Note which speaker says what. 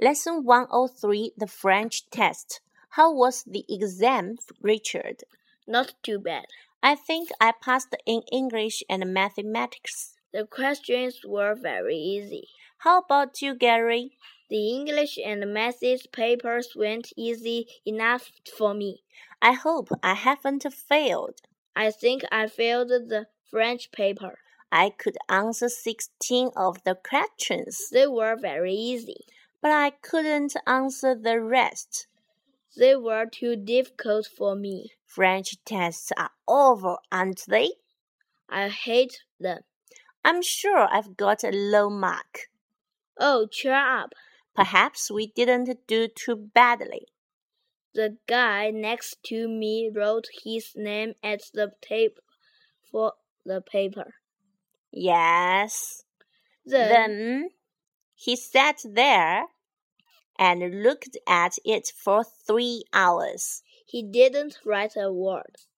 Speaker 1: Lesson 103 The French Test. How was the exam, Richard?
Speaker 2: Not too bad.
Speaker 1: I think I passed in English and mathematics.
Speaker 2: The questions were very easy.
Speaker 1: How about you, Gary?
Speaker 2: The English and maths papers went easy enough for me.
Speaker 1: I hope I haven't failed.
Speaker 2: I think I failed the French paper.
Speaker 1: I could answer 16 of the questions,
Speaker 2: They were very easy.
Speaker 1: but I couldn't answer the rest.
Speaker 2: They were too difficult for me.
Speaker 1: French tests are over, aren't they?
Speaker 2: I hate them.
Speaker 1: I'm sure I've got a low mark.
Speaker 2: Oh, cheer up.
Speaker 1: Perhaps we didn't do too badly.
Speaker 2: The guy next to me wrote his name at the tape for the paper.
Speaker 1: Yes.
Speaker 2: Then,
Speaker 1: Then he sat there and looked at it for three hours.
Speaker 2: he didn't write a word.